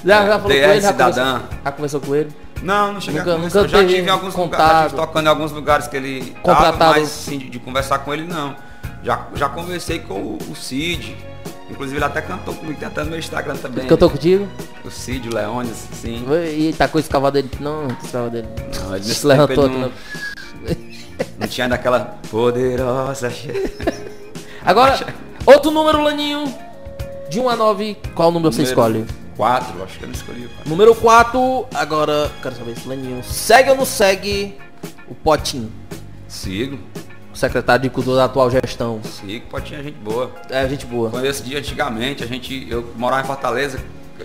Já, já falou com ele, DR já Cidadã. conversou, já conversou com ele. Não, não cheguei Nunca- a conversar. nunca Eu já teve tive em alguns contato. lugares, já tive tocando em alguns lugares que ele Contratado. tava, mas assim, de, de conversar com ele não. Já, já conversei com o, o Cid. Inclusive ele até cantou comigo, tem até no meu Instagram também. Que eu tô contigo. O Cid, o Leones, sim. E tacou esse cavalo dele. Não, esse cavalo dele. Não, ele Se nesse tempo né? levantou ele aqui, não- não. Não tinha ainda aquela poderosa. Agora, outro número, Laninho. De 1 a 9, qual número você Número escolhe? quatro, acho que eu não escolhi o quatro. Número 4, agora quero saber se Laninho segue ou não segue o Potinho, Sigo, o secretário de cultura da atual gestão. sigo, pode tinha gente boa. É, gente boa. Conheço de antigamente, a gente, eu morava em Fortaleza,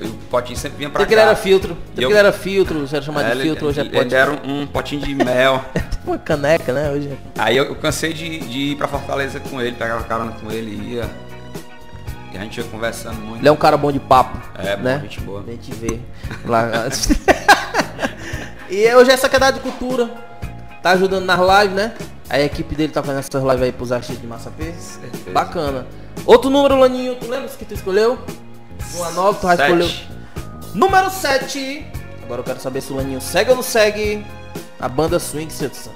o Potinho sempre vinha pra Porque cá. ele era filtro, E porque eu- ele era filtro, era chamado É, de ele- filtro, hoje é ele, ele Potinho. era um, um potinho de mel. Tipo uma caneca, né? Hoje é... Aí eu, eu cansei de, de ir pra Fortaleza com ele, pegava carona com ele e ia. E a gente ia conversando muito. Ele é um cara bom de papo. É, bom, né? gente boa. A gente vê. Lá... e hoje é secretário de cultura. Tá ajudando nas lives, né? Aí a equipe dele tá fazendo essas lives aí pros artistas de Massa P. certeza. Bacana. Outro número, Laninho, tu lembra que tu escolheu? Uma nova, tu já Sete. escolheu. Número 7. Agora eu quero saber se o Laninho segue ou não segue a banda Swing Sedução.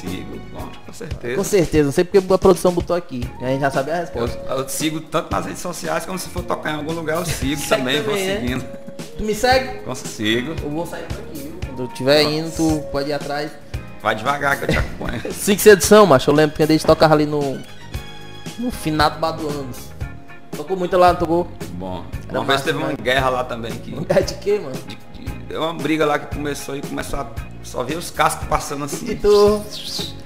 Sigo, bom, com Com certeza. certeza, não sei porque a produção botou aqui. A gente já sabe a resposta. Eu, eu sigo tanto nas redes sociais como se for tocar em algum lugar, eu sigo Segue também, vou também, né? seguindo. Tu me segue? Consigo. Eu vou sair por aqui. viu? Quando eu tiver indo, tu pode ir atrás. Vai devagar que eu te acompanho. Six edição, macho. Eu lembro que a gente tocava ali no. No finado Bar do Andes. Tocou muito lá, não tocou? Bom, Era uma vez massa, teve uma né? guerra lá também que. É de quê, mano? de- de- Deu uma briga lá que começou e começou a. Só ver os cascos passando E assim. tu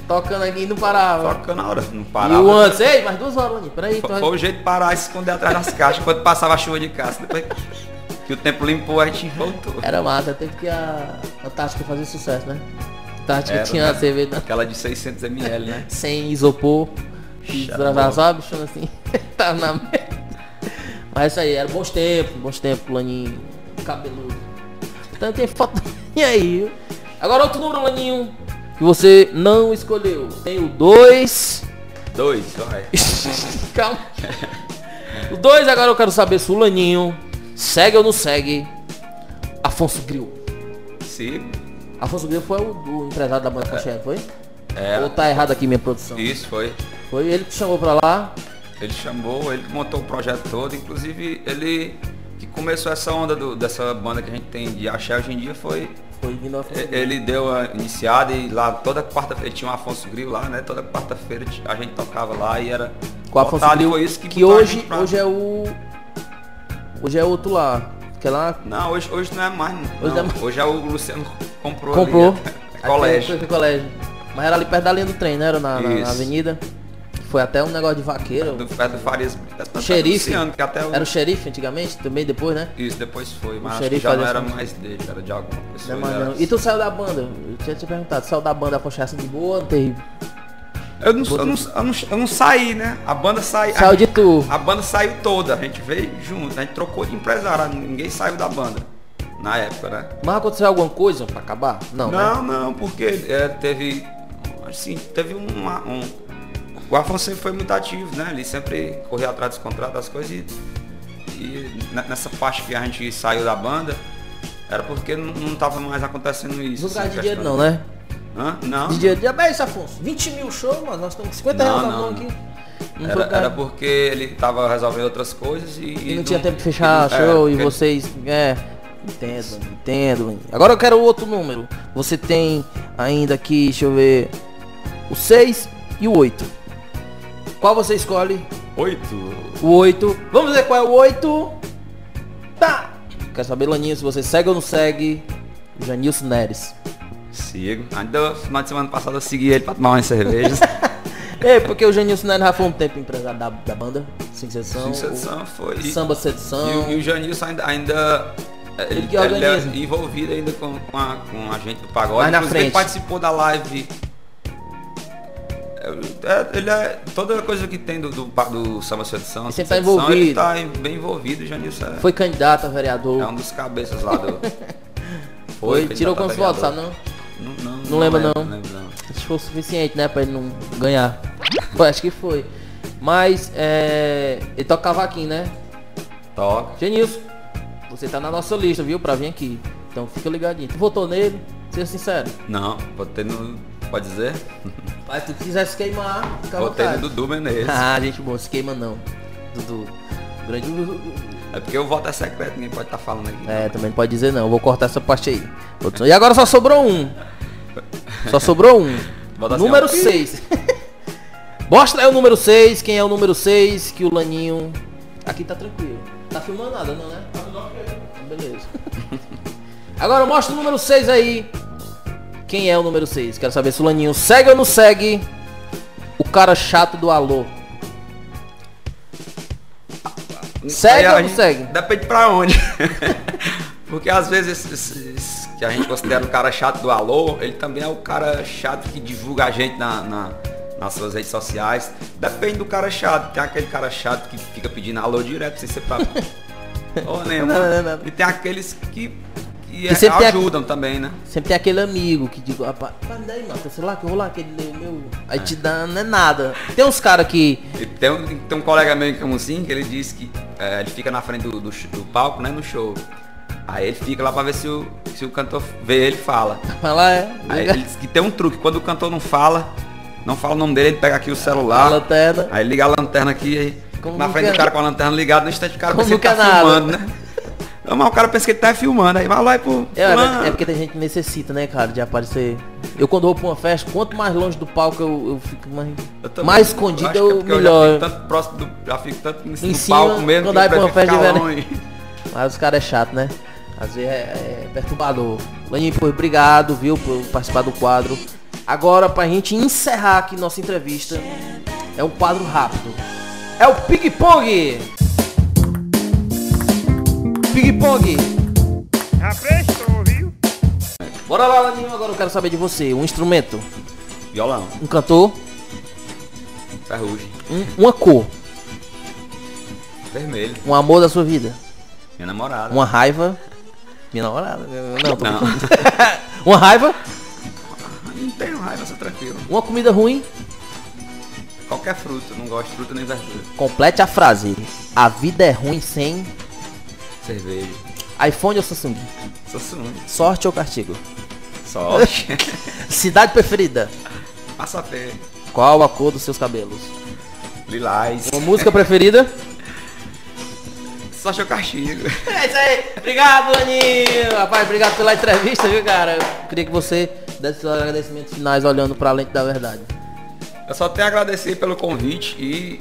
tocando aqui e não parava. Tocando na hora, não e o parava. Andes, ei, mais duas horas, Laninho. Peraí, tu Foi, vai- foi o jeito de parar e se esconder atrás das caixas quando passava a chuva de casca. Depois que o tempo limpou, a gente voltou. Era massa, até porque a, a Tática fazia sucesso, né? A Tática Era, tinha a né? cerveja na- Aquela de 600ml, né? sem isopor. E Chato. desbravava, bichando assim. tá na merda. Mas isso aí, eram bons tempos, bons tempos, Laninho. Cabeludo. Então tem foto. E aí? viu? Agora outro número, Laninho. Que você não escolheu. Tem o 2. Dois, vai. Calma. O 2 agora eu quero saber se o Laninho segue ou não segue Afonso Grill. Sigo. Afonso Grill foi o, o empresário da banda Coxinha, não foi? É. Ou tá errado aqui minha produção? Isso foi. Foi ele que chamou pra lá. Ele chamou, ele montou o projeto todo, inclusive ele que começou essa onda do- dessa banda que a gente tem de axé hoje em dia foi Foi vindo Afonso E- Grill. Ele deu a iniciada e lá toda quarta-feira tinha um Afonso Grilo lá, né? Toda quarta-feira ti- a gente tocava lá e era Com a Afonso lotado, e Grill, foi isso que, que, tá botou a hoje, gente pra- hoje é o. Hoje é outro lá. Que é lá Não, hoje, hoje não é mais. não. Hoje Hoje, não é mais. é o Luciano comprou. comprou. Ali, é, colégio. Aquele- aquele colégio. Mas era ali perto da linha do trem, né? Era na, na- na Isso. avenida. Foi até um negócio de vaqueiro. Do, perto do Farias. é tanto Xerife. Luciano, que até o, Era o xerife antigamente, também depois, né? Isso, depois foi, mas acho que xerife já não fazia era essa- mais dele, era de alguma pessoa. Não é mais era- não. E tu saiu da banda? Eu tinha te perguntado, saiu da banda a assim de boa, não teve. Eu, não, eu, não, eu, não, eu não saí, né? A banda sai, Saiu de tu. A banda saiu toda, a gente veio junto, a gente trocou de empresário, ninguém saiu da banda na época, né? Mas aconteceu alguma coisa pra acabar? Não, né? Não, não, porque é, teve. Assim, teve uma- um. O Afonso sempre foi muito ativo, né? Ele sempre correu atrás dos contratos, das coisas e, e ne- nessa parte que a gente saiu da banda, era porque não, não tava mais acontecendo isso. Não essa ganhar de questão. dinheiro não, né? Hã? Não. De dinheiro. Já bem, isso, Afonso. 20 mil show, mano. Nós estamos com 50 Não, reais na não, mão não. aqui. Não foi Era, ganhar era porque ele tava resolvendo outras coisas e. E não tinha tempo de fechar e não- show é, e porque- vocês. É. Entendo, entendo. mano. Agora eu quero outro número. Você tem ainda aqui, deixa eu ver. O 6 e o 8. Qual você escolhe? Oito. O 8. Vamos ver qual é o 8. Tá! Quero saber, Laninho, se você segue ou não segue. Janilson Neres. Sigo. Ainda final de semana passada eu segui ele pra tomar umas cervejas. É, porque o Janilson Neres já foi um tempo empresário da, da banda. Sem Sedução. Cinco Sedução foi. o E, Samba e Sedução. o- e o Janilson ainda. ainda é, Ah. Ele ele, que ele é organiza. envolvido ainda com, com, a, com a gente do pagode. Mas na Inclusive, frente. Ele participou da live. É, é, ele é. Toda coisa que tem do, do, pa- do Samba Sedução. Ele sempre tá Sedução, envolvido. Ele tá em- bem envolvido, o Janilson. É, Foi candidato a vereador. é um dos cabeças lá do. Foi, tirou candidato quantos a votos, sabe vereador. não? Não, não, Não lembra, lembro, não. lembro, não. Acho que foi o suficiente, né, pra ele não ganhar. Foi, acho que foi. Mas, é... Ele toca cavaquinho, né? Toca. Genilson, você tá na nossa lista, viu, pra vir aqui. Então fica ligadinho. Tu votou nele? Seja sincero. Não, botei no. Pode dizer? Mas se tu quiser se queimar, fica Tá à Botei no vontade. Dudu Menezes. Ah, gente boa, se queima não. Dudu. Grande... É porque o voto é secreto, ninguém pode estar falando aqui. É, também não pode dizer não. Vou cortar essa parte aí. Produção. E agora só sobrou um. Só sobrou um. Bota assim, número ó. 6. Mostra aí o número 6. Quem é o número 6 que o Laninho. Aqui tá tranquilo. Tá filmando nada, não, né? Beleza. Agora mostra o número 6 aí. Quem é o número 6? Quero saber se o Laninho segue ou não segue o cara chato do alô. Aí Segue a ou não gente- segue? Depende pra onde. Porque às vezes esses- esses que a gente considera o cara chato do alô, ele também é o cara chato que divulga a gente na- na- nas suas redes sociais. Depende do cara chato. Tem aquele cara chato que fica pedindo alô direto sem ser pra. Ô, né, mano? Não, não, não. E tem aqueles que, que Que sempre tem a- ajudam também, né? Sempre tem aquele amigo que digo, rapaz, manda aí, mano, teu celular que eu vou lá, aquele deu meu. Aí te dá, não é nada. Tem uns caras que. E Tem um, tem um colega meu em Camusim que ele disse que é, ele fica na frente do, do sh- do palco, né? No show. Aí ele fica lá pra ver se o, se o cantor vê ele e fala. Vai lá, é. Aí ele disse que tem um truque, quando o cantor não fala, não fala o nome dele, ele pega aqui o celular, A lanterna. aí liga a lanterna aqui, aí Como na não frente quer- do cara com a lanterna ligada, no instante o cara Como pensa que não ele quer tá nada. filmando, né? Não, mas o cara pensa que ele tá filmando, aí vai lá e pô, É, fulano. é, é porque tem gente que necessita, né, cara, de aparecer. Eu quando vou pra uma festa, quanto mais longe do palco eu, eu fico mais, Eu também- mais eu escondido, acho que é eu, porque Eu melhor. já fico tanto próximo do, já fico tanto em, Em no cima, palco mesmo, quando que eu vai pra uma prefiro ficar festa de longe. Mas os caras é chato, né? Às vezes é, é perturbador. Laninho, pô, obrigado, viu, por participar do quadro. Agora, pra gente encerrar aqui nossa entrevista, é um quadro rápido. É o Ping Pong! Ping Pong! Já prestou, viu? Bora lá, Laninho, agora eu quero saber de você. Um instrumento, Violão, um cantor, ferrugem, um- uma cor, vermelho, um amor da sua vida, minha namorada. uma raiva... Minha namorada? né? Não, tô... Não, Uma raiva, não tenho raiva, sou tranquilo. uma comida ruim, Qualquer fruta, não gosto de fruta nem verdura. Complete a frase. A vida é ruim sem Cerveja, iPhone ou Samsung? Samsung, Sorte ou castigo? sorte, Cidade preferida? açafé, Qual a cor dos seus cabelos? lilás. Uma música preferida? Só achou castigo. É isso aí. Obrigado, Aninho. Rapaz, obrigado pela entrevista, viu, cara? Eu queria que você desse seus agradecimentos finais olhando pra lente da verdade. Eu só tenho a agradecer pelo convite e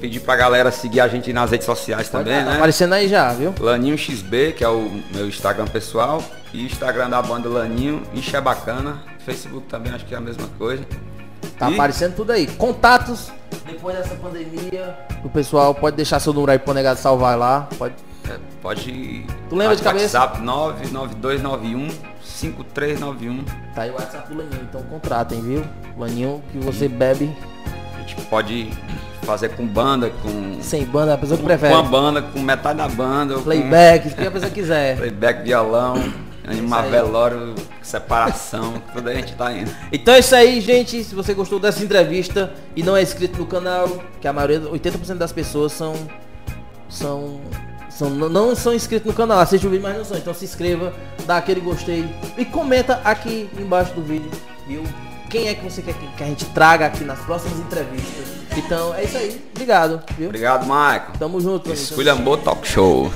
pedir pra galera seguir a gente nas redes sociais também, tá né? aparecendo aí já, viu? Laninho XB, que é o meu Instagram pessoal, e Instagram da banda Laninho, Ixi é bacana. Facebook também acho que é a mesma coisa. Tá E- aparecendo tudo aí. Contatos depois dessa pandemia. O pessoal pode deixar seu número aí pro negado salvar lá. Pode. É, Pode. Tu lembra de cabeça? WhatsApp 99291 5391. Tá aí o WhatsApp do Laninho, então contratem, viu? Laninho que você bebe A gente pode fazer com banda, com, Sem banda, a pessoa que com prefere. uma banda, com metade da banda. ou com- Playback, o que a pessoa quiser. Playback, violão, animar aí. velório, separação, tudo aí a gente tá indo. Então é isso aí, gente. Se você gostou dessa entrevista e não é inscrito no canal, que a maioria, 80% das pessoas são. são. são não, não são inscritos no canal, assiste o vídeo, mas não são. Então se inscreva, dá aquele gostei e comenta aqui embaixo do vídeo, viu? Quem é que você quer que que a gente traga aqui nas próximas entrevistas? Então é isso aí, obrigado, viu? Obrigado, Michael. Tamo junto, Laninho. Tamo junto. Esculhambou Talk Show.